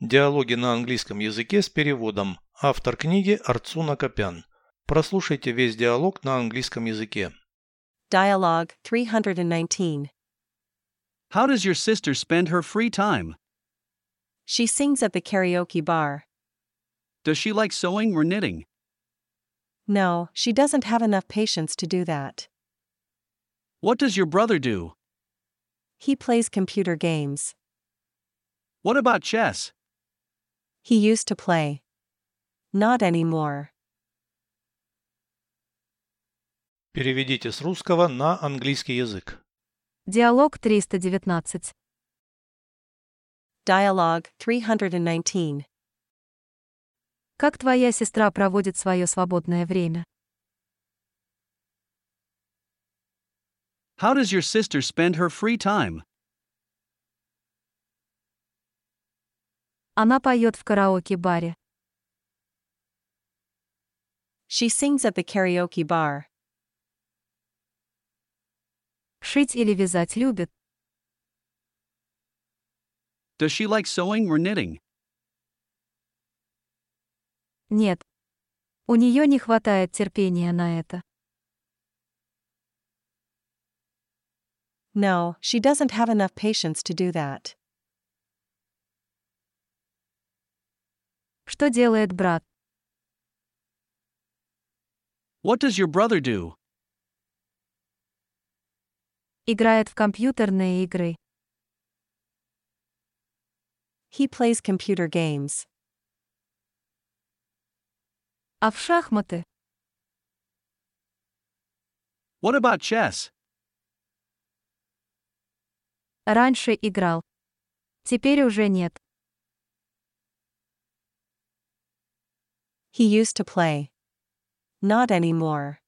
Диалоги на английском языке с переводом. Автор книги Арцуна Копян. Прослушайте весь диалог на английском языке. Dialogue 319. How does your sister spend her free time? She sings at the karaoke bar. Does she like sewing or knitting? No, she doesn't have enough patience to do that. What does your brother do? He plays computer games. What about chess? He used to play. Not anymore. Переведите с русского на английский язык. Диалог 319. Dialogue 319. Как твоя сестра проводит свое свободное время? How does your sister spend her free time? Она поет в караоке-баре. She sings at the karaoke bar. Шить или вязать любит. Does she like sewing or knitting? Нет. У нее не хватает терпения на это. No, she doesn't have enough patience to do that. Что делает брат? What does your brother do? Играет в компьютерные игры. He plays computer games. А в шахматы? What about chess? Раньше играл. Теперь уже нет. He used to play. Not anymore.